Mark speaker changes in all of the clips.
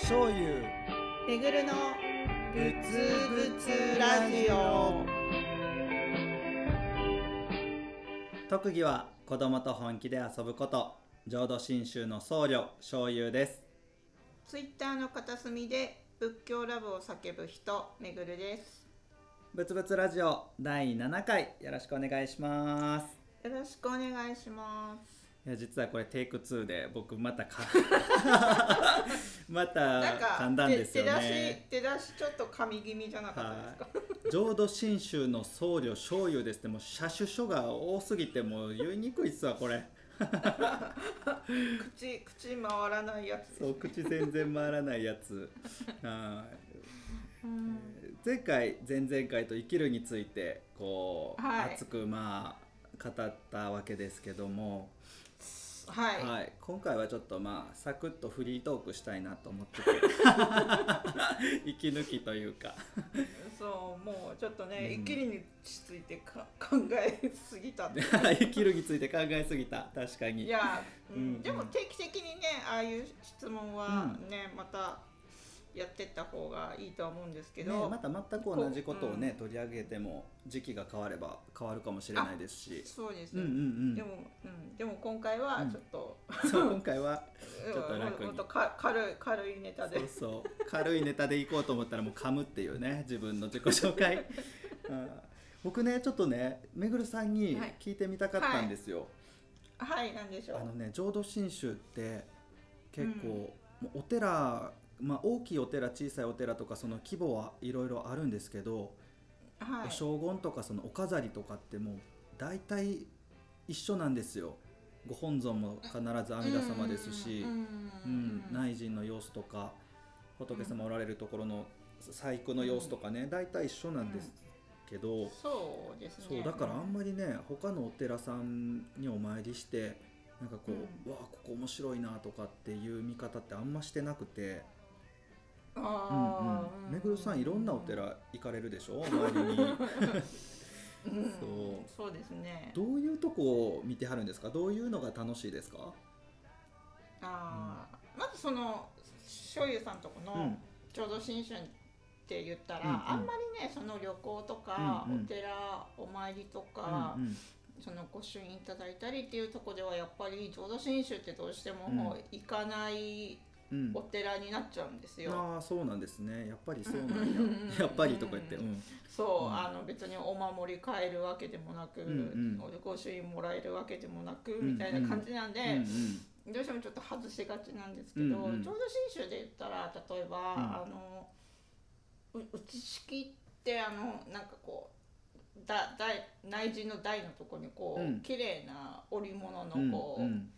Speaker 1: 醤油
Speaker 2: めぐるのぶつぶつラジオ
Speaker 1: 特技は子供と本気で遊ぶこと浄土真宗の僧侶醤油です
Speaker 2: ツイッターの片隅で仏教ラブを叫ぶ人めぐるです
Speaker 1: ぶつぶつラジオ第7回よろしくお願いします
Speaker 2: よろしくお願いします
Speaker 1: いや実はこれテイク2で僕また かまた
Speaker 2: なんか
Speaker 1: 噛んだんですよね
Speaker 2: 手出し手出しちょっと神気味じゃなかったですか
Speaker 1: はい浄土真宗の僧侶醤油ですってもう車種書が多すぎてもう言いにくいっすわこれ
Speaker 2: 口口回らないやつです
Speaker 1: そう口全然回らないやつはい
Speaker 2: うん
Speaker 1: 前回前々回と生きるについてこう、
Speaker 2: はい
Speaker 1: 熱くまあ語ったわけですけども、
Speaker 2: はい、
Speaker 1: はい今回はちょっとまあサクッとフリートークしたいなと思って て息抜きというか
Speaker 2: そうもうちょっとね、
Speaker 1: うん
Speaker 2: 生きりについてか考えすぎたって
Speaker 1: 生きるについて考えすぎた確かに
Speaker 2: いや、うん
Speaker 1: うん
Speaker 2: でも定期的にねああいう質問はね、またやってった方がいいとは思うんですけど、
Speaker 1: ね、また全く同じことをね
Speaker 2: こ
Speaker 1: 取り上げても時期が変われば変わるかもしれないですし
Speaker 2: そうです、
Speaker 1: うんうんうん
Speaker 2: でも、うん、でも今回はちょっと、
Speaker 1: そう今回は
Speaker 2: うん、
Speaker 1: ちょっと楽に
Speaker 2: もっとか軽い軽いネタで
Speaker 1: そうそう軽いネタでいこうと思ったらもう噛むっていうね 自分の自己紹 介、うん僕ねちょっとねめぐるさんに
Speaker 2: はい
Speaker 1: 聞いてみたかったんですよ、
Speaker 2: はいなんでしょう
Speaker 1: あのね浄土真宗って結構、もうお寺まあ、大きいお寺小さいお寺とかその規模はいろいろあるんですけど、
Speaker 2: はい
Speaker 1: お荘厳とかそのお飾りとかってもう大体一緒なんですよご本尊も必ず阿弥陀様ですし、
Speaker 2: うん
Speaker 1: う
Speaker 2: うんん、
Speaker 1: 内陣の様子とか仏様おられるところの細工の様子とかね、大体一緒なんですけど、
Speaker 2: そうですね
Speaker 1: そうだからあんまりね他のお寺さんにお参りしてなんかこう、
Speaker 2: うん
Speaker 1: わあここ面白いなとかっていう見方ってあんましてなくて、
Speaker 2: あ
Speaker 1: うん
Speaker 2: ーう
Speaker 1: うん、めぐるさんいろんなお寺行かれるでし ょお参りに
Speaker 2: うん
Speaker 1: そう
Speaker 2: そうですね
Speaker 1: どういうとこを見てはるんですかどういうのが楽しいですか、
Speaker 2: あーまずその醤油さんとこ
Speaker 1: うん
Speaker 2: の浄土真宗って言ったら、
Speaker 1: うんうん
Speaker 2: あんまりねその旅行とか、
Speaker 1: うんうん
Speaker 2: お寺お参りとか、
Speaker 1: うんうん
Speaker 2: その御朱印いただいたりっていうとこではやっぱり浄土真宗ってどうしてももう行かない
Speaker 1: うん
Speaker 2: お寺になっちゃうんですよ。
Speaker 1: ああそうなんですねやっぱりそうなん
Speaker 2: うんうん うんうん
Speaker 1: ややっぱりとか言って、うん、
Speaker 2: そう、
Speaker 1: うん
Speaker 2: あの別にお守り買えるわけでもなく、
Speaker 1: うんうん
Speaker 2: 御朱印もらえるわけでもなく、
Speaker 1: んうん
Speaker 2: みたいな感じなんで、
Speaker 1: うんうん
Speaker 2: どうしてもちょっと外しがちなんですけど、
Speaker 1: うんうん
Speaker 2: 浄土真宗で言ったら例えば、あのう内式ってあのなんかこうだ台内陣の台のとこにこう、
Speaker 1: うん
Speaker 2: 綺麗な織物のこう、
Speaker 1: うんうん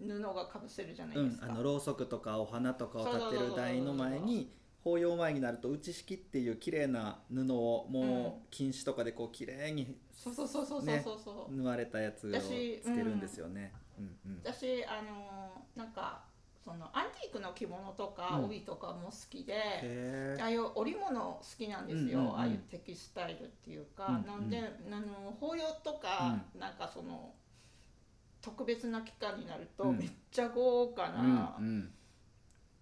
Speaker 2: 布がかぶせるじゃな
Speaker 1: う
Speaker 2: いで
Speaker 1: ん
Speaker 2: す、か。
Speaker 1: あのろうそくとかお花とかを立て
Speaker 2: そうそうそう
Speaker 1: る
Speaker 2: そう
Speaker 1: 台の前に法要前になると内敷っていう綺麗な布をもう禁止とかでこう綺麗に
Speaker 2: そうそうそうそうそう
Speaker 1: ね
Speaker 2: そうそう。
Speaker 1: 縫われたやつをつけるんですよね。うんうん
Speaker 2: 私あのなんかそのアンティークの着物とか
Speaker 1: うん
Speaker 2: 帯とかも好きで。
Speaker 1: へ
Speaker 2: ああいう織物好きなんですよ、
Speaker 1: うんうんうん
Speaker 2: ああいうテキスタイルっていうか、
Speaker 1: うんうん
Speaker 2: なんであの法要とか、なんかその特別な期間になると、
Speaker 1: うん
Speaker 2: めっちゃ豪華
Speaker 1: え。
Speaker 2: な、
Speaker 1: うんうん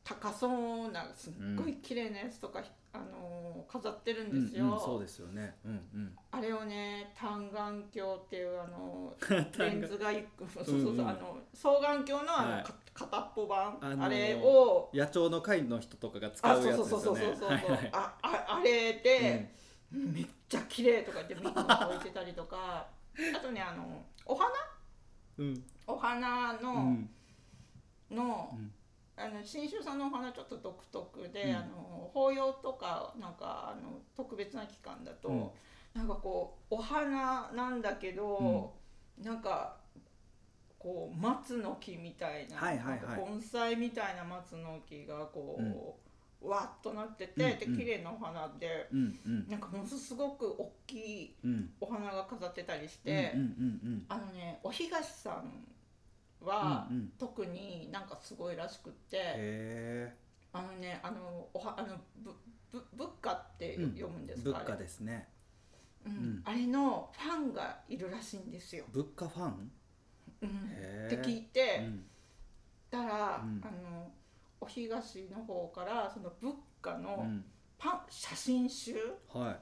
Speaker 2: 高そうなすっごい綺麗なやつとか、あの飾ってる
Speaker 1: うん
Speaker 2: ですよ、
Speaker 1: んそうですよね。うんうん。
Speaker 2: あれをね単眼鏡っていうあのレ
Speaker 1: 単
Speaker 2: ン
Speaker 1: 眼
Speaker 2: ズが一個そうそうそう、
Speaker 1: うんうん
Speaker 2: あの双眼鏡のあの、
Speaker 1: はい
Speaker 2: か片っぽ版
Speaker 1: あのー
Speaker 2: あれを
Speaker 1: 野鳥の会の人とかが
Speaker 2: あ
Speaker 1: 使う
Speaker 2: そう
Speaker 1: やつ
Speaker 2: そう
Speaker 1: です
Speaker 2: そうそ
Speaker 1: よ
Speaker 2: うそう
Speaker 1: ね
Speaker 2: そう、。
Speaker 1: はいはい
Speaker 2: あああれで、めっちゃ綺麗とか言ってみんなが置いてたりとかあとねあのお花
Speaker 1: うん
Speaker 2: お花
Speaker 1: う
Speaker 2: の、
Speaker 1: ん
Speaker 2: の
Speaker 1: うん
Speaker 2: あの信州さんのお花ちょっと独特で、
Speaker 1: うん
Speaker 2: あの法要とかなんかあの特別な期間だと、
Speaker 1: うん
Speaker 2: なんかこうお花なんだけど、なんかこう松の木みたいな,、
Speaker 1: はいはいはい
Speaker 2: なんか盆栽みたいな松の木がこう、わっとなってて、
Speaker 1: うんうん
Speaker 2: で綺麗なお花で
Speaker 1: うんうん
Speaker 2: なんかものすごく大きい
Speaker 1: うん。
Speaker 2: お花が飾ってたりして、
Speaker 1: うんうんうん
Speaker 2: あのねお東さん
Speaker 1: うん。
Speaker 2: は、
Speaker 1: うんうん。
Speaker 2: 特になんかすごいらしくって
Speaker 1: へ
Speaker 2: あのねあのおはあのぶぶ仏花って
Speaker 1: え。
Speaker 2: 読むんですか、
Speaker 1: 仏家
Speaker 2: あれ
Speaker 1: ですね。
Speaker 2: うん
Speaker 1: うん
Speaker 2: あれのファンがいるらしいんですよ、
Speaker 1: 仏家ファン。
Speaker 2: うん、っ
Speaker 1: へ
Speaker 2: て
Speaker 1: え。
Speaker 2: 聞いて、
Speaker 1: うん
Speaker 2: たら、
Speaker 1: うん
Speaker 2: あのお東の方からその仏家
Speaker 1: う
Speaker 2: の
Speaker 1: ん
Speaker 2: パン写真集
Speaker 1: は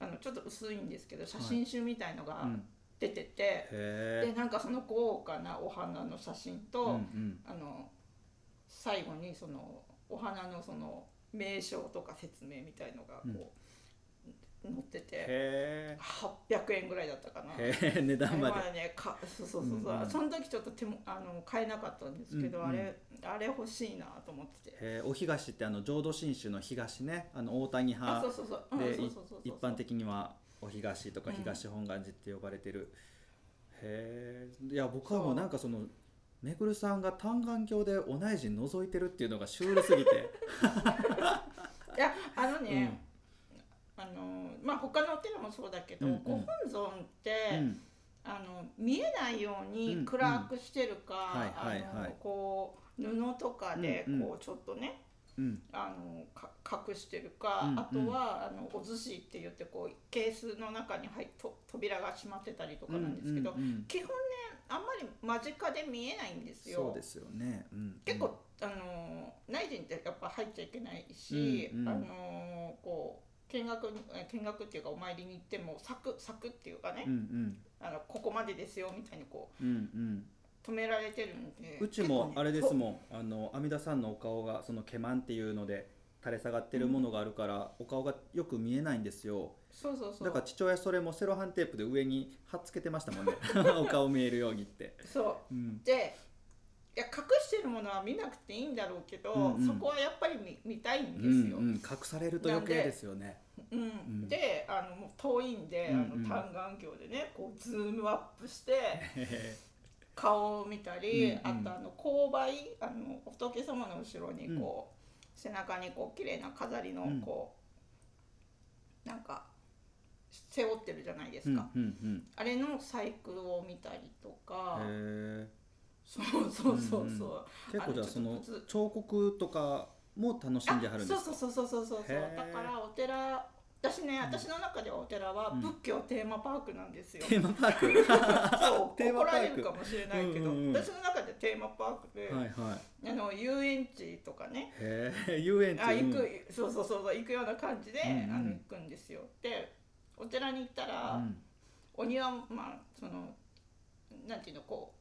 Speaker 2: あのちょっと薄いんですけど写真集みたいの
Speaker 1: い、う
Speaker 2: が
Speaker 1: ん、
Speaker 2: 出てて、で
Speaker 1: へえ、
Speaker 2: なんかその豪華なお花の写真と、
Speaker 1: うんうん、
Speaker 2: あの最後にそのお花のその名称とか説明みたいのがこう、載ってて
Speaker 1: へ
Speaker 2: 800円ぐらいだったかな。
Speaker 1: えへえ値段まで
Speaker 2: あれはねかそうそうそうそう、
Speaker 1: うんうん
Speaker 2: その時ちょっと手もあの買えなかったんですけど、
Speaker 1: うんうん
Speaker 2: あれあれ欲しいなと思ってて、
Speaker 1: えー、お東ってあの浄土真宗の東ねあの大谷
Speaker 2: あそ
Speaker 1: 派
Speaker 2: うそうそう、うん、
Speaker 1: で
Speaker 2: そうそうそうそう
Speaker 1: 一般的にはお東とか
Speaker 2: うん
Speaker 1: 東本願寺って呼ばれてる、へえいや僕はもうなんかそのめぐるさんが単眼鏡でお内人覗いてるっていうのがシュールすぎて、
Speaker 2: いやあの
Speaker 1: うん
Speaker 2: ね、あのまあ他のお寺もそうだけど、
Speaker 1: うんうん
Speaker 2: ご本尊って、
Speaker 1: うん、
Speaker 2: あの見えないよう
Speaker 1: うん
Speaker 2: に暗くしてるか、
Speaker 1: はいはい
Speaker 2: あ
Speaker 1: は
Speaker 2: の
Speaker 1: い
Speaker 2: こう布とかで
Speaker 1: うんうん
Speaker 2: こうちょっとね、
Speaker 1: うん、
Speaker 2: あのか隠してるか、
Speaker 1: うんうん
Speaker 2: あとはあのお寿司って言ってこうケースの中に入っと扉が閉まってたりとかなんですけど、
Speaker 1: うんうんうん
Speaker 2: 基本ねあんまり間近で見えないんですよ。
Speaker 1: そうですよね、うんうん、
Speaker 2: 結構、あの内陣ってやっぱ入っちゃいけないし、
Speaker 1: うんうん
Speaker 2: あのこう見学にえ見学っていうかお参りに行っても柵柵っていうかね、
Speaker 1: うんうん
Speaker 2: あのここまでですよみたいにこ
Speaker 1: うんうん
Speaker 2: う止められてるんで
Speaker 1: うちもあれです
Speaker 2: ん
Speaker 1: もん、あの阿弥陀さんのお顔がその毛マンっていうので垂れ下がってるものがあるから、お顔がよく見えないんですよ
Speaker 2: そうそうそう
Speaker 1: だから父親それもセロハンテープで上に貼っつけてました もんねお顔見えるようにって、
Speaker 2: そ
Speaker 1: う
Speaker 2: う
Speaker 1: ん、
Speaker 2: でいや隠してるものは見なくていいんだろうけど、
Speaker 1: うんうん
Speaker 2: そこはやっぱり見見たいん
Speaker 1: う
Speaker 2: で
Speaker 1: ん
Speaker 2: すよ、
Speaker 1: うん隠されると余計ですよね
Speaker 2: うん
Speaker 1: ん
Speaker 2: であのもう遠いんで、
Speaker 1: うんうん
Speaker 2: あの単眼鏡でねこうズームアップして
Speaker 1: へ
Speaker 2: 顔を見たり、
Speaker 1: うんうん
Speaker 2: あとあの勾配あの仏様の後ろにこう、背中にこう綺麗な飾りの
Speaker 1: うん
Speaker 2: こう、なんか背負ってるじゃないで
Speaker 1: えう
Speaker 2: す
Speaker 1: ん
Speaker 2: か、
Speaker 1: うん
Speaker 2: あれの細工を見たりとか
Speaker 1: うん、へえ
Speaker 2: そうそうそうそう、
Speaker 1: うん結構じゃあ
Speaker 2: あの
Speaker 1: その
Speaker 2: ちょっとずつ
Speaker 1: 彫刻とかも楽しんではるんですか
Speaker 2: あそうそうそうそうそうそう
Speaker 1: へー
Speaker 2: だからお寺私ね私の中ではお寺は
Speaker 1: うん
Speaker 2: 仏教テーマパークなんですよ、
Speaker 1: テーマパーク
Speaker 2: そう
Speaker 1: テーマ
Speaker 2: 怒
Speaker 1: パーク
Speaker 2: られるかもしれないけど、
Speaker 1: うんうんうん
Speaker 2: 私の中でテーマパークで、
Speaker 1: はいはい
Speaker 2: あの遊園地とかね
Speaker 1: へえ遊園地
Speaker 2: あ行
Speaker 1: うん
Speaker 2: く、そうそうそうそう行くような感じで、
Speaker 1: うんうん
Speaker 2: あの行くんですよでお寺に行ったら、
Speaker 1: うん
Speaker 2: お庭まあそのなんていうのこう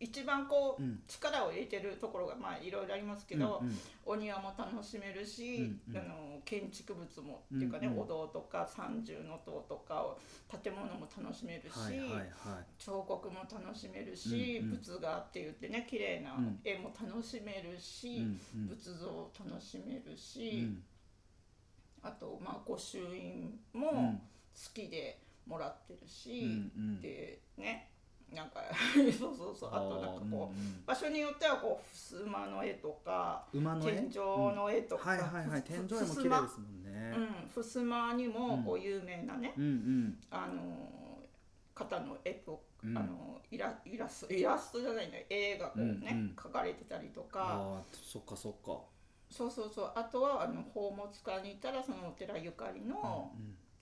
Speaker 2: 一番こう、
Speaker 1: うん
Speaker 2: 力を入れてるところがまあいろいろありますけど、
Speaker 1: うんうん
Speaker 2: お庭も楽しめるし、
Speaker 1: うんうん
Speaker 2: あの建築物もっていうかね、
Speaker 1: うんうん
Speaker 2: お堂とか三重の塔とかを建物も楽しめるし、
Speaker 1: はいはいはい
Speaker 2: 彫刻も楽しめるし、
Speaker 1: うんうん
Speaker 2: 仏画って言ってね綺麗な
Speaker 1: うん
Speaker 2: 絵も楽しめるし、
Speaker 1: うんうん
Speaker 2: 仏像を楽しめる
Speaker 1: う
Speaker 2: し、
Speaker 1: ん
Speaker 2: あとまあ御朱印
Speaker 1: う
Speaker 2: も
Speaker 1: ん
Speaker 2: 好きでもらってる
Speaker 1: う
Speaker 2: し、
Speaker 1: んうん
Speaker 2: でねなんか そうそうそうあとなんか
Speaker 1: あー
Speaker 2: こう、
Speaker 1: うんうん
Speaker 2: 場所によってはこう襖の絵とか。
Speaker 1: 馬の絵
Speaker 2: 天井の絵とか、
Speaker 1: はいはいはい
Speaker 2: ふ
Speaker 1: 天井絵も綺麗ですもんね
Speaker 2: ふすまうん、ふすまにもこう有名なね、
Speaker 1: うんうん
Speaker 2: あのー方の絵と、
Speaker 1: うん
Speaker 2: あのーイライラストイラストじゃないんだよ絵がこうね、
Speaker 1: うんうん
Speaker 2: 描かれてたりとか
Speaker 1: ああそっかそっか
Speaker 2: そうそうそうあとはあの宝物館にいたらそのお寺ゆかりの,、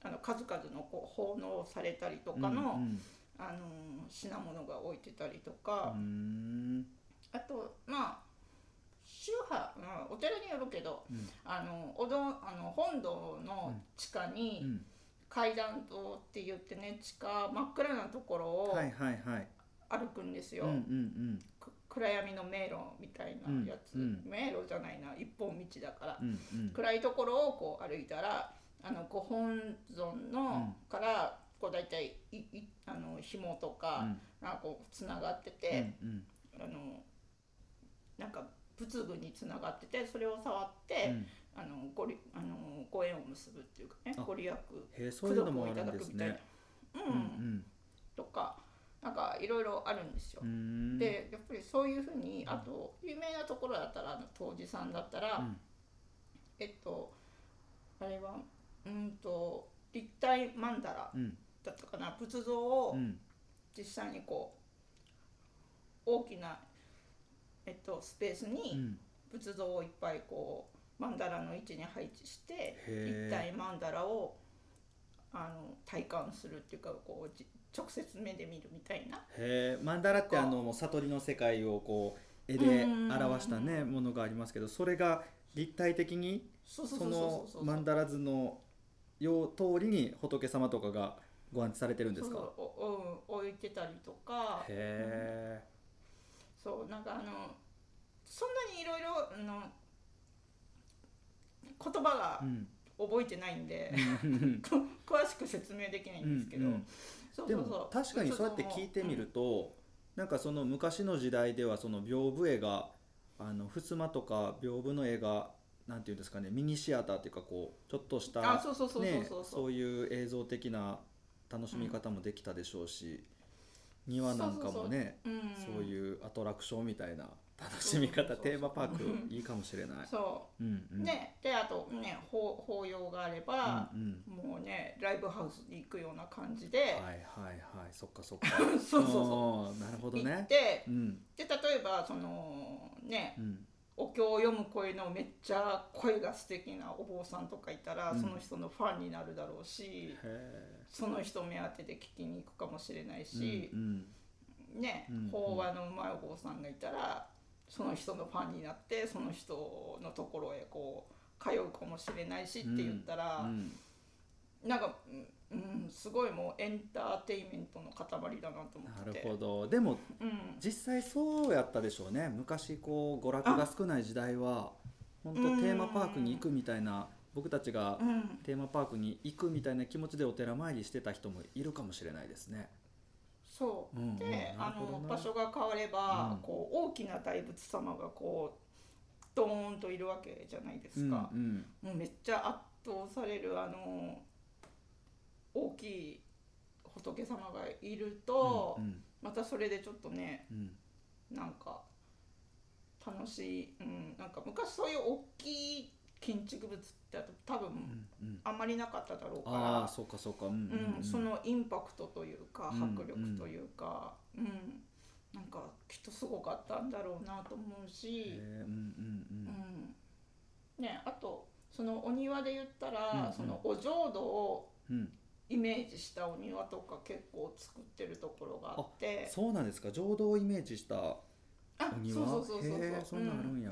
Speaker 2: あの数々のこう奉納されたりと
Speaker 1: と
Speaker 2: かの、
Speaker 1: うん
Speaker 2: あのー品物が置いてたりと
Speaker 1: う
Speaker 2: か、
Speaker 1: ん
Speaker 2: あとまあ宗派、うん、お寺によるけど
Speaker 1: うん
Speaker 2: あのおどんあの本堂の地下
Speaker 1: う
Speaker 2: に
Speaker 1: ん
Speaker 2: 階段堂って言ってね地下真っ暗なところを
Speaker 1: はいはいはい
Speaker 2: 歩くんです
Speaker 1: う
Speaker 2: よ、
Speaker 1: んうん
Speaker 2: く暗闇の迷路みたいなやつ、
Speaker 1: うんう
Speaker 2: 迷路じゃないな一本道だから、
Speaker 1: うんうん
Speaker 2: 暗いところをこう歩いたらあのご本尊のからこう大体いいあの紐と
Speaker 1: う
Speaker 2: か、
Speaker 1: ん
Speaker 2: なんかこうつながってて。
Speaker 1: うん
Speaker 2: あのなんか仏具につながっててそれを触っ
Speaker 1: う
Speaker 2: て、
Speaker 1: ん
Speaker 2: あのごりあのご縁を結ぶっていうかね
Speaker 1: あ
Speaker 2: ご利益
Speaker 1: へえそういうのもあるんです
Speaker 2: みたいな
Speaker 1: ね、
Speaker 2: うん
Speaker 1: うんうん
Speaker 2: とかなんかいろいろあるんですよ。
Speaker 1: うーん
Speaker 2: でやっぱりそういうふうにあと有名なところだったらあの当時さんだったら、
Speaker 1: うん
Speaker 2: えっとあれはうんと立体曼荼羅
Speaker 1: うん
Speaker 2: だったかな仏像を、
Speaker 1: うん
Speaker 2: 実際にこう大きな、えっと、スペース
Speaker 1: う
Speaker 2: に
Speaker 1: ん
Speaker 2: 仏像をいっぱいこう曼荼羅の位置に配置して
Speaker 1: へー
Speaker 2: 立体曼荼羅をあの体感するっていうかこうじ直接目で見るみたいな
Speaker 1: へえ曼荼羅ってあのもう悟りの世界をこう絵で表したねものがありますけどそれが立体的に
Speaker 2: そうそう
Speaker 1: そ
Speaker 2: そうそう
Speaker 1: の
Speaker 2: そう
Speaker 1: 曼荼羅図のよう通りに仏様とかがご安置されてるんです
Speaker 2: そ
Speaker 1: か
Speaker 2: うおうん置いてたりとか
Speaker 1: へ
Speaker 2: そうなんかあのそんなにいろいろあの言葉が
Speaker 1: え、うん
Speaker 2: 覚えてないんで、 詳しく説明できないんですけど、
Speaker 1: うんうん
Speaker 2: そう
Speaker 1: で
Speaker 2: そうそう
Speaker 1: も確かにそうやって聞いてみると、なんかその昔の時代ではその屏風絵があの襖とか屏風の絵がなんていうんですかねミニシアターっていうかこうちょっとし
Speaker 2: うんあ
Speaker 1: た
Speaker 2: そうそうそうそう
Speaker 1: ね
Speaker 2: そう
Speaker 1: そういう映像的な楽しみ方もできたでしょうし、庭なんかもね
Speaker 2: う,、ん、
Speaker 1: そういうアトラクションみたいな楽しみ方
Speaker 2: そうそうそうそう
Speaker 1: テーマパークいいかもしれない。
Speaker 2: そ
Speaker 1: うんう
Speaker 2: うんねであとね法法要があれ
Speaker 1: うん
Speaker 2: ば、
Speaker 1: うん
Speaker 2: もうねライブハウスに行くような感じ で、
Speaker 1: はいはいはいそっかそっか
Speaker 2: そうそうそ
Speaker 1: うんなるほ
Speaker 2: う
Speaker 1: ど
Speaker 2: 行
Speaker 1: ね
Speaker 2: っ。て
Speaker 1: うん
Speaker 2: で例えばそのね
Speaker 1: うん
Speaker 2: お経を読む声のめっちゃ声が素敵なお坊さんとかいたら、
Speaker 1: うん
Speaker 2: その人のファンになるだろうし
Speaker 1: へ
Speaker 2: その人目当てで聞きに行くかもしれない
Speaker 1: ー
Speaker 2: し
Speaker 1: う、ん
Speaker 2: ね
Speaker 1: うん
Speaker 2: 法話のうまいお坊さんがいたらその人のファンになってその人のところへこう通うかもしれないしって言った
Speaker 1: うんう
Speaker 2: ら、
Speaker 1: ん
Speaker 2: なんか、うんうん、すごいもうエンターテインメントの塊だなと思
Speaker 1: な
Speaker 2: って
Speaker 1: る
Speaker 2: て。
Speaker 1: ほどでも
Speaker 2: うん
Speaker 1: 実際そうやったでしょうね昔こう娯楽が少ない時代は本当テ
Speaker 2: うん
Speaker 1: ーマパークに行くみたいな僕たちが
Speaker 2: うん、
Speaker 1: テーマパークに行くみたいな気持ちでお寺参りしてた人もいるかもしれないですね。
Speaker 2: そう
Speaker 1: うんうん
Speaker 2: で、
Speaker 1: な
Speaker 2: あ
Speaker 1: るほど
Speaker 2: の
Speaker 1: な
Speaker 2: 場所が変われば、
Speaker 1: うん
Speaker 2: こう大きな大仏様がこうドーンといるわけじゃないですか、
Speaker 1: うんうん
Speaker 2: もうめっちゃ圧倒されるあの大きい仏様がいると、
Speaker 1: うん
Speaker 2: またそれでちょっとね
Speaker 1: うん
Speaker 2: なんか楽しい、うん、なんか昔そういう大きい建築物ってあと多
Speaker 1: う
Speaker 2: 分
Speaker 1: んうん
Speaker 2: あんまりなかっただろうから。
Speaker 1: ああそうかそうかうんうん
Speaker 2: うん
Speaker 1: うん
Speaker 2: そのインパクトというか
Speaker 1: うん
Speaker 2: 迫力というか、うんなんかきっとすごかったんだろうなと思う
Speaker 1: へ
Speaker 2: し、
Speaker 1: ーうんうん
Speaker 2: うんね、あとそのお庭で言ったら、
Speaker 1: うんうん
Speaker 2: そのお浄土を
Speaker 1: うんうん
Speaker 2: イメージしたお庭とか結構作ってるところがあって
Speaker 1: そうなんですか浄土をイメージしたお
Speaker 2: あ
Speaker 1: 庭
Speaker 2: そうそうそうそう
Speaker 1: へー
Speaker 2: そ,、
Speaker 1: そう
Speaker 2: うん
Speaker 1: なんある
Speaker 2: ん、
Speaker 1: んや。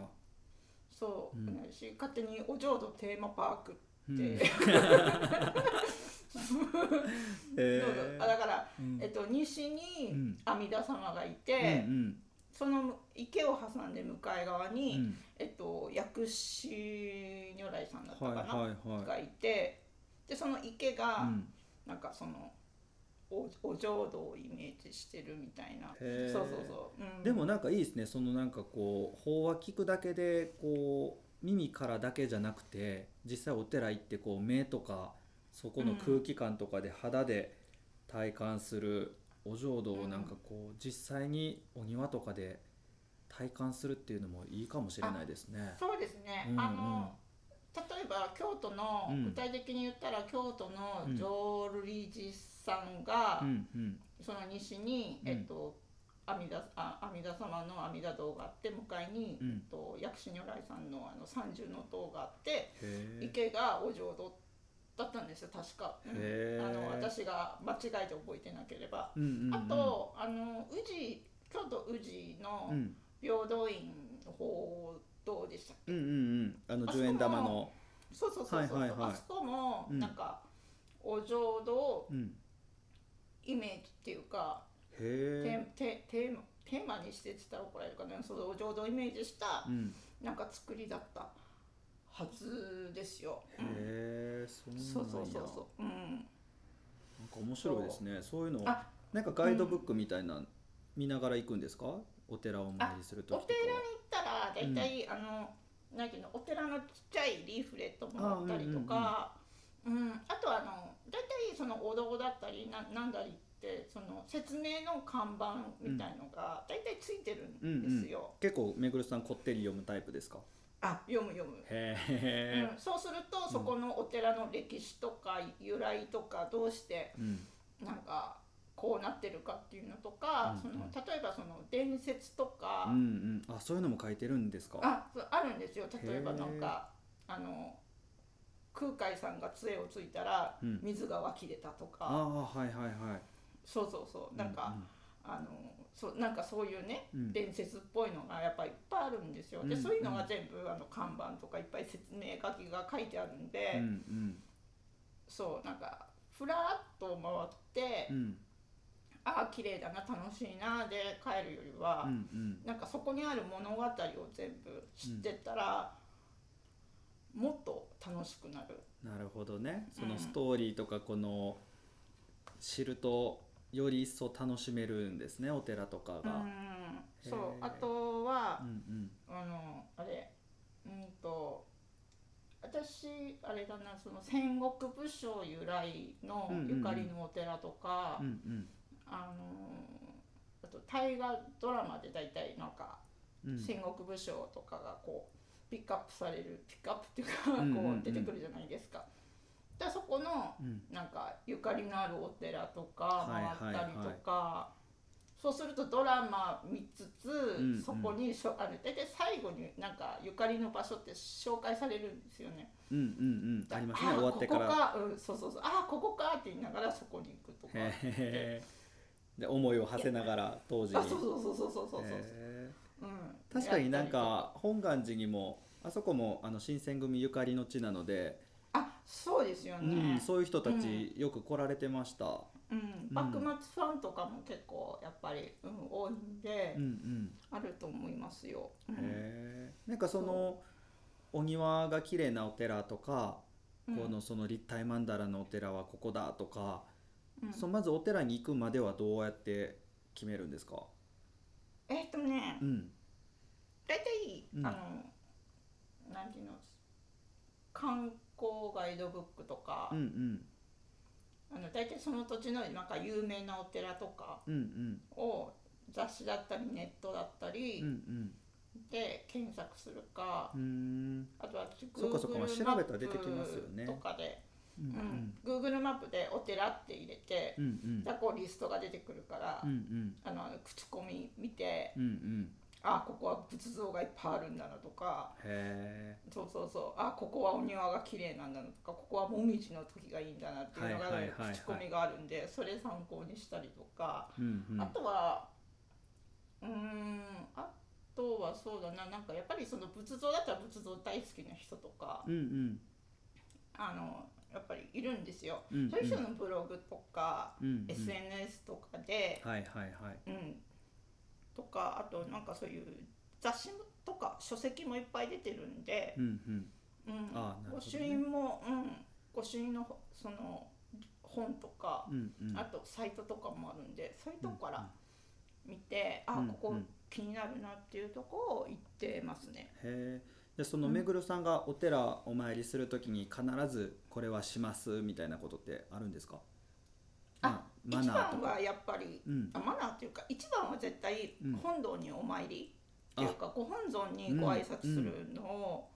Speaker 2: そう、
Speaker 1: うん
Speaker 2: ねし勝手にお浄土テーマパークっ
Speaker 1: うん
Speaker 2: て、
Speaker 1: へ
Speaker 2: どう
Speaker 1: ー
Speaker 2: ぞ あだから、
Speaker 1: うん
Speaker 2: えっと、西
Speaker 1: う
Speaker 2: に
Speaker 1: ん
Speaker 2: 阿弥陀様がい
Speaker 1: うん
Speaker 2: て、
Speaker 1: うん
Speaker 2: その池を挟んで向かい側に、
Speaker 1: うん
Speaker 2: えっと薬師如来さんだった
Speaker 1: は
Speaker 2: か
Speaker 1: い
Speaker 2: な、
Speaker 1: はいはい。
Speaker 2: がいてでその池が、
Speaker 1: うん
Speaker 2: なんかそのおお浄土をイメージしてるみたいな
Speaker 1: へー
Speaker 2: そうそうそう、うん、
Speaker 1: でもなんかいいですねそのなんかこう法話聞くだけでこう耳からだけじゃなくて実際お寺行ってこう目とかそこの空気感とかで肌で体感するお浄土をなんかこう実際にお庭とかで体感するっていうのもいいかもしれないですね。
Speaker 2: そうですね、
Speaker 1: うんうん
Speaker 2: あの例えば京都の、
Speaker 1: うん
Speaker 2: 具体的に言ったら京都の
Speaker 1: うん
Speaker 2: 浄瑠璃寺さんが、
Speaker 1: うんうん
Speaker 2: その西に、
Speaker 1: うん
Speaker 2: えっと阿弥陀あ阿弥陀様の阿弥陀堂があって向かいに、
Speaker 1: うん
Speaker 2: えっと、薬師如来さんのあの三重の塔があって
Speaker 1: へえ。
Speaker 2: 池がお浄土だったんですよ確か、うん
Speaker 1: へー
Speaker 2: あの私が間違えて覚えてなければ、
Speaker 1: うんうんうん
Speaker 2: あとあの宇治京都宇治の
Speaker 1: うん
Speaker 2: 平等院の方どうでしたっけ、
Speaker 1: うんうんうんあの
Speaker 2: あそこ
Speaker 1: 十円玉の
Speaker 2: そうそうそうそう、
Speaker 1: はいはいはい
Speaker 2: あそこも
Speaker 1: うん
Speaker 2: なんか、お浄土を
Speaker 1: うん
Speaker 2: イメージっていうか
Speaker 1: へえ。
Speaker 2: テーテテーマテーマにしてって言ったら怒られるかなそのお浄土をイメージした
Speaker 1: うん
Speaker 2: なんか作りだったはずですよ。うん
Speaker 1: へえそうなんや。
Speaker 2: そうそうそうそう。うん、
Speaker 1: なんか面白いですね。そういうのを
Speaker 2: あ
Speaker 1: なんかガイドブックみたいな、見ながら行くんですか？お寺をお参りすると
Speaker 2: お
Speaker 1: きとか
Speaker 2: 寺に行ったら大体、あのなんていうのお寺のちっちゃいリーフレットもらったりとか、うんあとあの大体そのお堂だったりななんだりってその説明の看板みたいのが大体ついてるんですよ。
Speaker 1: 結構めぐるさんこってり読むタイプですか？
Speaker 2: あ読む読む。
Speaker 1: へ
Speaker 2: う
Speaker 1: え。
Speaker 2: ん、そうするとそこのお寺の歴史とか由来とかどうして
Speaker 1: うん
Speaker 2: なんかこうなってるかっていうのとか、
Speaker 1: うんうん
Speaker 2: その例えばその伝説とか、
Speaker 1: うんうん。あそういうのも書いてるんですか？
Speaker 2: あそうあるんですよ例えば
Speaker 1: へー
Speaker 2: なんかあの空海さんが杖をついたら
Speaker 1: うん
Speaker 2: 水が湧き出たとか、
Speaker 1: あーはいはいはい。
Speaker 2: そうそうそうなんか、あのそうなんかそういうね
Speaker 1: うん
Speaker 2: 伝説っぽいのがやっぱいっぱいあるんですよ。で
Speaker 1: うん
Speaker 2: そういうのが全部あの看板とかいっぱい説明書きが書いてあるんで、
Speaker 1: うん
Speaker 2: そうなんかふらっと回って、
Speaker 1: うんうん
Speaker 2: ああ綺麗だな楽しいなで帰るよりは、
Speaker 1: うん
Speaker 2: なんかそこにある物語を全部知ってったら、もっと楽しくなる。
Speaker 1: うんなるほどねそうの
Speaker 2: ん
Speaker 1: ストーリーとかこの知るとより一層楽しめるんですねお寺とか
Speaker 2: う
Speaker 1: が。
Speaker 2: ん
Speaker 1: へー
Speaker 2: そうあとは
Speaker 1: う、ん
Speaker 2: あのあれうんと私あれだなその戦国武将由来の
Speaker 1: うんうんうん
Speaker 2: ゆかりのお寺とか、
Speaker 1: うんうん
Speaker 2: あのあと大河ドラマで大体なんか
Speaker 1: うんうん
Speaker 2: 戦国武将とかがこうピックアップされるピックアップっていう
Speaker 1: うん
Speaker 2: か
Speaker 1: うんうん
Speaker 2: こう出てくるじゃないですか。だからそこの
Speaker 1: うん
Speaker 2: なんかゆかりのあるお寺とか
Speaker 1: はいは
Speaker 2: 回
Speaker 1: い
Speaker 2: ったりとか、そうするとドラマ見つつ、
Speaker 1: んうん
Speaker 2: そこにしょあの大体最後になんかゆかりの場所って紹介されるんですよね。
Speaker 1: うんうんうんありますね
Speaker 2: あ
Speaker 1: 終わってから。
Speaker 2: ここか、うん、そうそうそうあここかって言いながらそこに行くとか。
Speaker 1: へーで思いを馳せながら当時に
Speaker 2: あそうそうそうそうそうそうそう、
Speaker 1: へ
Speaker 2: うん
Speaker 1: ー確かになん
Speaker 2: やったり
Speaker 1: か本願寺にもあそこもあの新選組ゆかりの地なので、
Speaker 2: とかあそうですよ
Speaker 1: うん、
Speaker 2: ね、
Speaker 1: そういう人たちよく来られてました。
Speaker 2: うん幕末ファンとかも結構やっぱり、うん、多いんで、
Speaker 1: うんうん
Speaker 2: あると思いますよ、うん
Speaker 1: へーなんかそのお庭が綺麗なお寺とか、
Speaker 2: うん
Speaker 1: このその立体曼荼羅のお寺はここだとか、
Speaker 2: うん
Speaker 1: そのまずお寺に行くまではどうやって決めるんですか、
Speaker 2: えっとね
Speaker 1: うん
Speaker 2: 大体、
Speaker 1: うん
Speaker 2: あのなんていうの観光ガイドブックとか、
Speaker 1: うんうん
Speaker 2: あの大体その土地のなんか有名なお寺とか
Speaker 1: うんうん
Speaker 2: を雑誌だったりネットだったり
Speaker 1: うんうん
Speaker 2: で検索するか、
Speaker 1: うーん
Speaker 2: あとは
Speaker 1: そっかそっかまあ
Speaker 2: Google
Speaker 1: 調べたら出てきますよね
Speaker 2: マップとかで、
Speaker 1: うん
Speaker 2: うん Google マップでお寺って入れて
Speaker 1: うんう、ん
Speaker 2: だからこうリストが出てくるから、
Speaker 1: うんうん
Speaker 2: あの口コミ見て、
Speaker 1: うんうん
Speaker 2: あここは仏像がいっぱいあるんだなとか。
Speaker 1: へ
Speaker 2: そうそうそうあここはお庭が綺麗なんだなとかここはもみじの時がいいんだなっていうのが
Speaker 1: はいはいはいはい
Speaker 2: 口コミがあるんでそれ参考にしたりとか、
Speaker 1: えうんうん
Speaker 2: あとはうーんあとはそうだななんかやっぱりその仏像だったら仏像大好きな人とか
Speaker 1: うんうん
Speaker 2: あのやっぱりいるんですよ。
Speaker 1: うんうん
Speaker 2: そういう人のブログとか、
Speaker 1: うんうん
Speaker 2: SNS とかで、
Speaker 1: はいはいはい
Speaker 2: うん、とかあとなんかそういう雑誌とか書籍もいっぱい出てるんで。
Speaker 1: うんうん
Speaker 2: うん
Speaker 1: あなるほどね
Speaker 2: 御朱印も、うん、御朱印のその本とか、
Speaker 1: うんうん
Speaker 2: あとサイトとかもあるんでそういうとこから見て、
Speaker 1: うん
Speaker 2: あこ
Speaker 1: う
Speaker 2: こ
Speaker 1: ん
Speaker 2: 気になるなっていうとこを行ってますね。
Speaker 1: へえでその目黒さんがお寺お参りするときに必ずこれはしますみたいなことってあるんですか
Speaker 2: あ
Speaker 1: まあ
Speaker 2: 一
Speaker 1: マナーと
Speaker 2: 番
Speaker 1: か
Speaker 2: はやっぱり、
Speaker 1: うん
Speaker 2: あマナーというか一番は絶対
Speaker 1: うん
Speaker 2: 本堂にお参りっていうか、ご本尊にご挨拶するのを、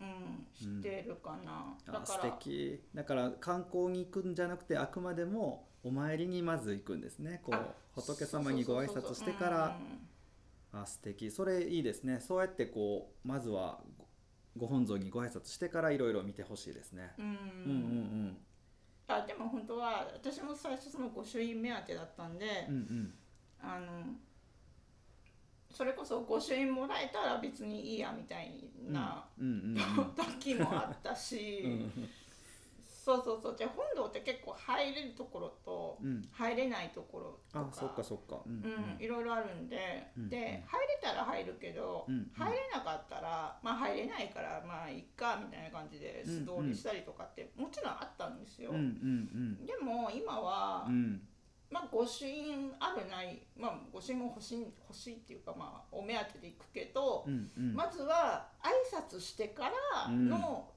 Speaker 2: うんしてるかな。だ
Speaker 1: あ
Speaker 2: か
Speaker 1: 素
Speaker 2: ら
Speaker 1: 敵だから観光に行くんじゃなくてあくまでもお参りにまず行くんですねこ
Speaker 2: あ
Speaker 1: う仏様にご挨
Speaker 2: そうそうそう
Speaker 1: 拶
Speaker 2: そ
Speaker 1: して
Speaker 2: う
Speaker 1: から
Speaker 2: うん
Speaker 1: あ素敵それいいですねそうやってこうまずはごご本尊にご挨拶してからいろいろ見てほしいですね、
Speaker 2: うん
Speaker 1: うん、うんうん
Speaker 2: あでも本当は私も最初その御朱印目当てだったんで、
Speaker 1: うんうん
Speaker 2: あのそれこそ御朱印もらえたら別にいいやみたいな、
Speaker 1: うんうん
Speaker 2: 時もあったし、
Speaker 1: うんうん
Speaker 2: そうそうそうじゃあ本堂って結構入れるところと
Speaker 1: うん
Speaker 2: 入れないところとか
Speaker 1: あそっかそっかうん
Speaker 2: うんいろいろあるんで、
Speaker 1: うん
Speaker 2: で
Speaker 1: うん
Speaker 2: 入れたら入るけど、
Speaker 1: うん
Speaker 2: 入れなかったらまあ入れないからまあいっかみたいな感じで素通りしたりとかってもちろんあったんですよ。
Speaker 1: うんうん
Speaker 2: でも今は、
Speaker 1: うんうん
Speaker 2: まあ、御朱印あるない、まあ、御朱印も欲しい欲しいっていうか、まあ、お目当てで行くけど、
Speaker 1: うんうん
Speaker 2: まずは挨拶してからの、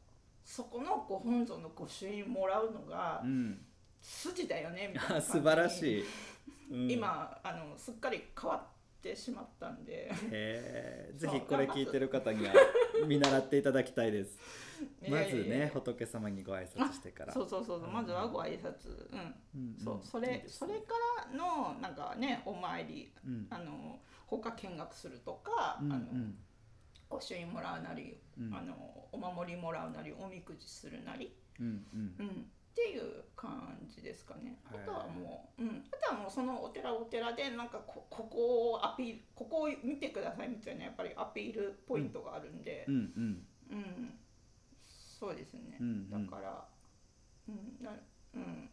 Speaker 2: そこのご本尊の御朱印もらうのが
Speaker 1: うん
Speaker 2: 筋だよねみたいな
Speaker 1: あ
Speaker 2: 感じ
Speaker 1: 素晴らし
Speaker 2: い、
Speaker 1: い、うん
Speaker 2: 今あのすっかり変わってしまったんで、
Speaker 1: へーぜ
Speaker 2: そう
Speaker 1: ひこれ聞いてる方には見習っていただきたいです まず
Speaker 2: いやいやいや
Speaker 1: ね仏様にご挨拶してから
Speaker 2: そうそうそうそうまずはご挨拶うん、
Speaker 1: うんうん
Speaker 2: そうそれ
Speaker 1: いいです
Speaker 2: それからのなんかねお参り
Speaker 1: うん
Speaker 2: あの他見学するとか、
Speaker 1: うんう
Speaker 2: あの
Speaker 1: ん
Speaker 2: 御朱印もらうなり
Speaker 1: うん
Speaker 2: あのお守りもらうなりおみくじするなり、
Speaker 1: うんうん
Speaker 2: うん、っていう感じですかね、
Speaker 1: はい
Speaker 2: あとはもう、うん、あとはもう好そのお寺お寺でなんかこここをアピールここを見てくださいみたいなやっぱりアピールポイントがあるんで
Speaker 1: う、んうん
Speaker 2: うんそうですね、
Speaker 1: うんうん
Speaker 2: だから、うんなうん、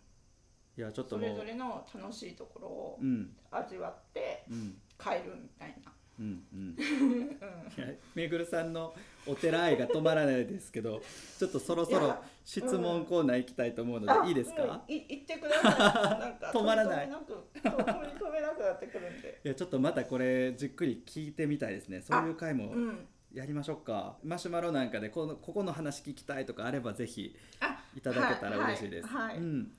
Speaker 1: いやちょっと
Speaker 2: そ
Speaker 1: も
Speaker 2: れ
Speaker 1: う
Speaker 2: ぞれの楽しいところを
Speaker 1: うん
Speaker 2: 味わって
Speaker 1: うん
Speaker 2: 帰るみたいな。
Speaker 1: うんうん
Speaker 2: うん
Speaker 1: いやめぐるさんのお寺愛が止まらないですけど ちょっとそろそ
Speaker 2: い
Speaker 1: ろ
Speaker 2: や
Speaker 1: 質問コーナー行きたいと思うの
Speaker 2: あ
Speaker 1: で いいですか
Speaker 2: もうい行ってください。なん か
Speaker 1: 止まらない
Speaker 2: 取り留めなく、そう取り留めなくなってくるんで。
Speaker 1: いやちょっとまたこれじっくり聞いてみたいですねそういう回も
Speaker 2: うん。
Speaker 1: やりましょうかマシュマロなんかでこのここの話聞きたいとかあればぜひ
Speaker 2: あ
Speaker 1: いただけたら嬉しいです、
Speaker 2: はいはいはい
Speaker 1: うん、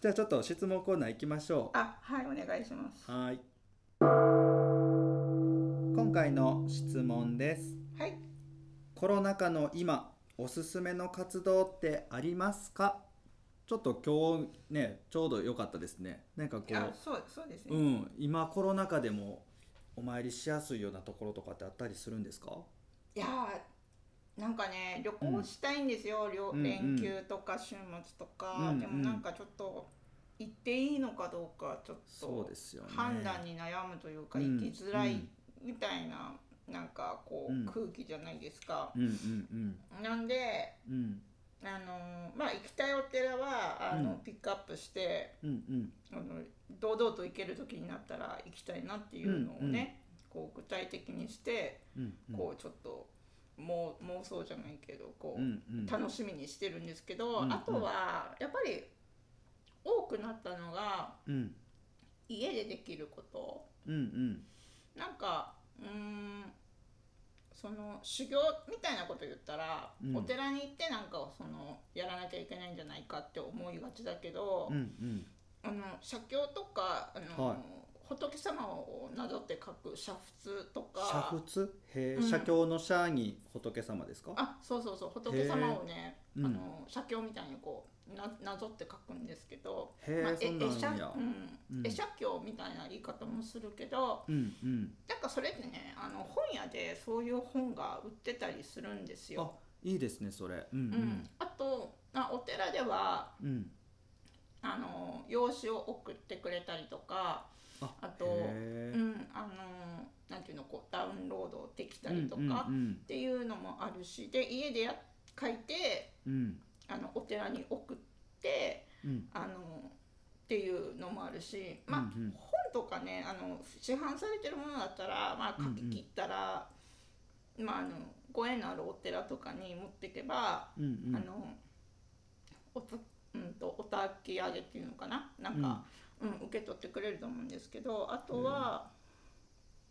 Speaker 1: じゃあちょっと質問コーナー行きましょ
Speaker 2: あ、はい、お願いします。
Speaker 1: うはい今回の質問です
Speaker 2: はい。
Speaker 1: コロナ禍の今おすすめの活動ってありますかちょっと今日ねちょうど良かったですねなんかこ
Speaker 2: あ、
Speaker 1: う
Speaker 2: そう、そうです
Speaker 1: う
Speaker 2: ね。
Speaker 1: ん今コロナ禍でもお参りしやすいようなところとかってあったりするんですか
Speaker 2: いやー、なんかね、旅行したいんですよ。りょ
Speaker 1: うん
Speaker 2: 連休とか週末とか、
Speaker 1: うん
Speaker 2: でもなんかちょっと行っていいのかどうかちょっ
Speaker 1: そう
Speaker 2: と
Speaker 1: ですよね
Speaker 2: 判断に悩むというか、
Speaker 1: うん
Speaker 2: 行きづらいみたいな。なんかこ
Speaker 1: うん
Speaker 2: う空気じゃないですか、
Speaker 1: うんうん
Speaker 2: なんで
Speaker 1: うんうん
Speaker 2: あのまあ行きたいお寺はあの、
Speaker 1: うん
Speaker 2: ピックアップして
Speaker 1: うんうん
Speaker 2: あの堂々と行ける時になったら行きたいなっていうのをね、こう具体的にして
Speaker 1: うんうん
Speaker 2: こうちょっともう妄想じゃないけどこう、
Speaker 1: うんうん
Speaker 2: 楽しみにしてるんですけど、
Speaker 1: うん
Speaker 2: あとはやっぱり多くなったのが
Speaker 1: うん
Speaker 2: 家でできること
Speaker 1: うんうん
Speaker 2: なんかうーんその修行みたいなこと言ったら、
Speaker 1: うん
Speaker 2: お寺に行ってなんかそのやらなきゃいけないんじゃないかって思いがちだけど、
Speaker 1: うんうん
Speaker 2: あの写経とかあの、
Speaker 1: はい
Speaker 2: 仏様をなぞって書く写仏とか
Speaker 1: 写仏へ
Speaker 2: う
Speaker 1: え
Speaker 2: ん
Speaker 1: 写経の写に仏様ですか
Speaker 2: あそうそうそう仏様をね、
Speaker 1: へーうん
Speaker 2: あの写経みたいにこうななぞって書くんですけど、
Speaker 1: へえ
Speaker 2: え
Speaker 1: そんなんあるん
Speaker 2: 絵写
Speaker 1: や
Speaker 2: う
Speaker 1: うん
Speaker 2: ん、絵写経みたいな言い方もするけど
Speaker 1: うんうん
Speaker 2: なんかそれってねあの本屋でそういう本が売ってたりするんです
Speaker 1: あ
Speaker 2: よ。
Speaker 1: いいですねそれう
Speaker 2: うんん、あとあお寺では
Speaker 1: うんうん
Speaker 2: あの用紙を送ってくれたりとか
Speaker 1: あ
Speaker 2: あと
Speaker 1: へ
Speaker 2: う
Speaker 1: え
Speaker 2: ん、あのーなんていうのこうダウンロードできたりと
Speaker 1: うん
Speaker 2: か
Speaker 1: う
Speaker 2: っ
Speaker 1: ん
Speaker 2: ていうのもあるしで家でや書いて
Speaker 1: うん
Speaker 2: あのお寺に送って
Speaker 1: うん
Speaker 2: あのーっていうのもあるしまあ、
Speaker 1: うんうん
Speaker 2: 本とかねあの市販されてるものだったら、まあ、書き切ったら、まあ、あのご縁のあるお寺とかに持っていけば、
Speaker 1: うんうん
Speaker 2: あのおたうんとおたき上げっていうのかななんか、うん受け取ってくれると思うんですけどあとは、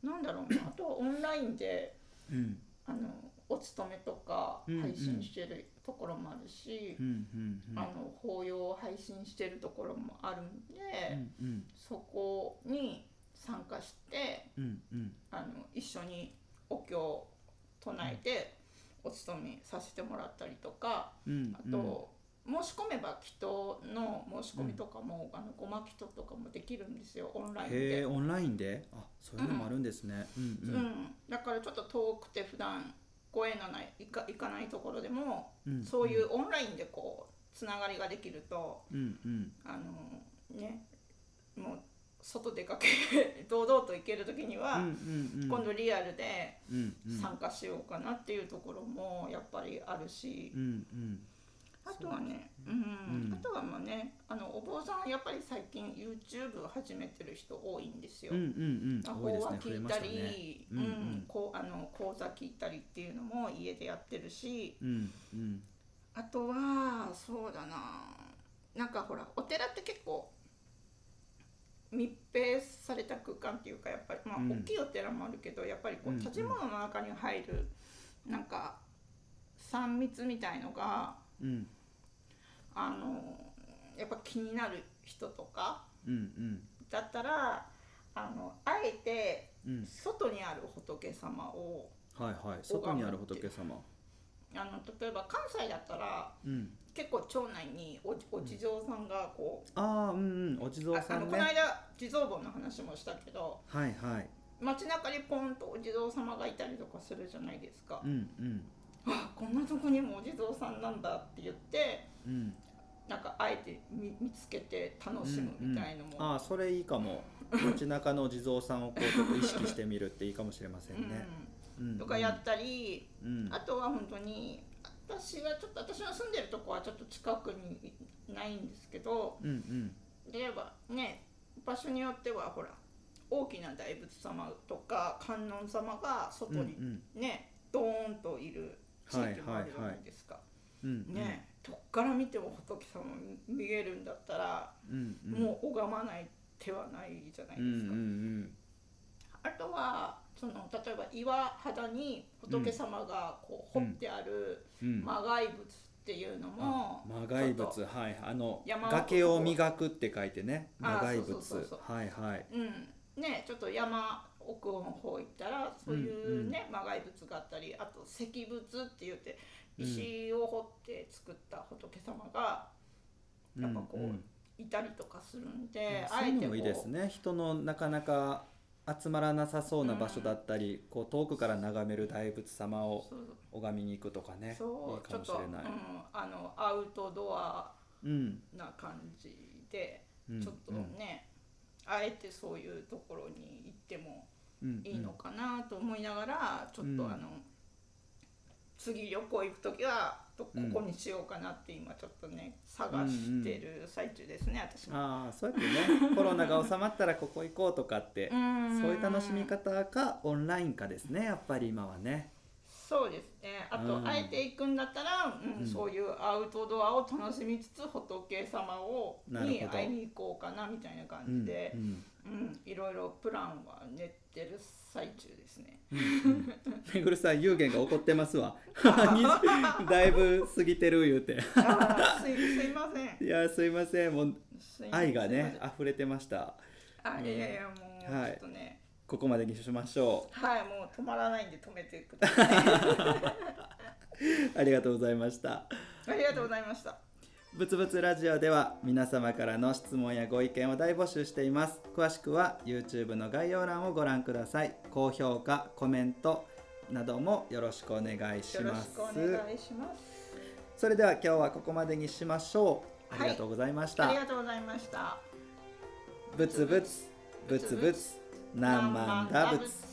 Speaker 2: なんだ ろうなあとはオンラインで
Speaker 1: うん
Speaker 2: あのお勤めとか
Speaker 1: うんうん
Speaker 2: 配信してるところもあるし、
Speaker 1: うんうんうん
Speaker 2: あの法要を配信してるところもあるんで、
Speaker 1: うんうん
Speaker 2: そこに参加して
Speaker 1: うんうん
Speaker 2: あの一緒にお経を唱えてお勤めさせてもらったりとか。
Speaker 1: うん
Speaker 2: あと、申し込めば祈祷の申し込みとかも、あのごま祈祷とかもできるんですよオンライン
Speaker 1: へえ
Speaker 2: で、
Speaker 1: オンラインであそういうのもあるんですねうん
Speaker 2: うん
Speaker 1: うん
Speaker 2: だからちょっと遠くて普段ご縁のない行か行かないところでも、
Speaker 1: うん
Speaker 2: そういうオンラインでこうつながりができると
Speaker 1: うんうん
Speaker 2: あのねもう外出かけ堂々と行ける時には、
Speaker 1: うんうん
Speaker 2: 今度リアルで
Speaker 1: うんうん
Speaker 2: 参加しようかなっていうところもやっぱりあるし。
Speaker 1: うんうん
Speaker 2: あとはね、うん
Speaker 1: うん
Speaker 2: あとはまあね、あのお坊さんやっぱり最近 YouTube 始めてる人多いんですよ。
Speaker 1: うんうんう
Speaker 2: 魔
Speaker 1: ん
Speaker 2: 法
Speaker 1: 多いです
Speaker 2: は
Speaker 1: ね増
Speaker 2: 聞
Speaker 1: え
Speaker 2: い
Speaker 1: ま
Speaker 2: た
Speaker 1: したね
Speaker 2: り、
Speaker 1: うんうん
Speaker 2: うんこうあの講座聞いたりっていうのも家でやってるし、
Speaker 1: うんうん
Speaker 2: あとはそうだな、なんかほらお寺って結構密閉された空間っていうかやっぱりまあ
Speaker 1: うん
Speaker 2: 大きいお寺もあるけど、やっぱりこ
Speaker 1: うんう
Speaker 2: うん建物の中に入るなんか三密みたいのが
Speaker 1: うん
Speaker 2: あのやっぱ気になる人とか
Speaker 1: うん
Speaker 2: だったらあのあえて
Speaker 1: うんうん
Speaker 2: 外にある仏様を
Speaker 1: はいはい外にある仏様
Speaker 2: あの例えば関西だったら
Speaker 1: うん
Speaker 2: 結構町内におお地蔵さんがこう、
Speaker 1: ああうんうんお地蔵
Speaker 2: ああ
Speaker 1: さ
Speaker 2: の
Speaker 1: ん
Speaker 2: この
Speaker 1: ね
Speaker 2: 間地蔵盆の話もしたけど
Speaker 1: はいはい
Speaker 2: 街中にポンとお地蔵様がいたりとかするじゃないですか
Speaker 1: う、んうん
Speaker 2: あこんなとこにもお地蔵さんなんだって言って
Speaker 1: うん
Speaker 2: なんかあえて見見つけて楽しむみたいのも、
Speaker 1: ああそれいいかも街中の地蔵さんをこうちょっと意識してみるっていいかもしれませんね。うん
Speaker 2: うんとかやったり、
Speaker 1: うん
Speaker 2: あとは本当に私がちょっと私の住んでるとこはちょっと近くにないんですけど
Speaker 1: うんうん
Speaker 2: 例えばね場所によってはほら大きな大仏様とか観音様が外
Speaker 1: うんう
Speaker 2: に
Speaker 1: ん
Speaker 2: ね、ドーンといる地域もあるじゃないですか。
Speaker 1: うんうん
Speaker 2: ねどっから見ても仏様見えるんだったら、
Speaker 1: うんうん
Speaker 2: もう拝まない手はないじゃないですか。
Speaker 1: うんうん
Speaker 2: あとはその例えば岩肌に仏様がこう
Speaker 1: うん
Speaker 2: 掘ってある
Speaker 1: うんうん
Speaker 2: 魔外仏っていうのも、
Speaker 1: 魔外
Speaker 2: ちょっと
Speaker 1: 仏はいあの
Speaker 2: 山の
Speaker 1: 崖を磨くって書いてね
Speaker 2: あ
Speaker 1: 魔外
Speaker 2: そうそう
Speaker 1: 仏
Speaker 2: そう
Speaker 1: はいはい
Speaker 2: うんね、ちょっと山奥の方行ったらそういうね、魔外仏があったりあと石仏って言って
Speaker 1: うん
Speaker 2: 石を掘って作った仏様がやっぱこう
Speaker 1: うんうん
Speaker 2: いたりとかするん
Speaker 1: ま
Speaker 2: で、
Speaker 1: あそういうのもいいです
Speaker 2: こ
Speaker 1: ね人のなかなか集まらなさそうな場所だったり、こう遠くから眺める大仏様
Speaker 2: う
Speaker 1: を
Speaker 2: そう
Speaker 1: 拝みに行くとかね
Speaker 2: そう
Speaker 1: いいかもし
Speaker 2: ちょっと、う
Speaker 1: れ
Speaker 2: ん
Speaker 1: ない、、
Speaker 2: あのアウトドア
Speaker 1: うん
Speaker 2: な感じで。
Speaker 1: うん
Speaker 2: ちょっとね、あえてそういうところに行っても
Speaker 1: うんうん
Speaker 2: いいのかなと思いながら、ちょっと
Speaker 1: うん
Speaker 2: あの、次旅行行く時はどこ
Speaker 1: うん
Speaker 2: こにしようかなって今ちょっとね探してる最中ですね、私も。
Speaker 1: ああそうやって ねコロナが収まったらここ行こうとかって、
Speaker 2: ん
Speaker 1: そういう楽しみ方かオンラインかですねやっぱり今はね
Speaker 2: そうですねあと、
Speaker 1: うん
Speaker 2: あえて行くんだったら、うん
Speaker 1: うん
Speaker 2: そういうアウトドアを楽しみつつ仏様を
Speaker 1: なるほ
Speaker 2: に
Speaker 1: ど
Speaker 2: 会いに行こうかなみたいな
Speaker 1: う
Speaker 2: 感
Speaker 1: ん
Speaker 2: じで
Speaker 1: う、ん
Speaker 2: うん、いろいろプランは練ってる最中ですね。
Speaker 1: めぐるさん幽玄が怒ってます わ20だいぶ過ぎてる言うて
Speaker 2: あーすいすいません。
Speaker 1: いやすいませんもう
Speaker 2: すいません
Speaker 1: 愛がね。溢れてました
Speaker 2: あ、いやいや、も
Speaker 1: は
Speaker 2: う、
Speaker 1: い
Speaker 2: ちょっとね。
Speaker 1: ここまでにしましょう
Speaker 2: はい、もう止まらないんで、止めてくだ さい。
Speaker 1: ありがとうございました。
Speaker 2: ありがとうございました。
Speaker 1: ぶつぶつラジオでは皆様からの質問やご意見を大募集しています。詳しくは YouTube の概要欄をご覧ください。高評価、コメントなどもよろしくお願いし
Speaker 2: よろ
Speaker 1: ま
Speaker 2: し
Speaker 1: す
Speaker 2: くお。願いします。
Speaker 1: それでは今日はここまでにしましょう。
Speaker 2: はい
Speaker 1: ありがとうございまし
Speaker 2: あり
Speaker 1: た。
Speaker 2: がとうございました。
Speaker 1: ぶつぶつ、ぶつぶつ、何万だぶつ。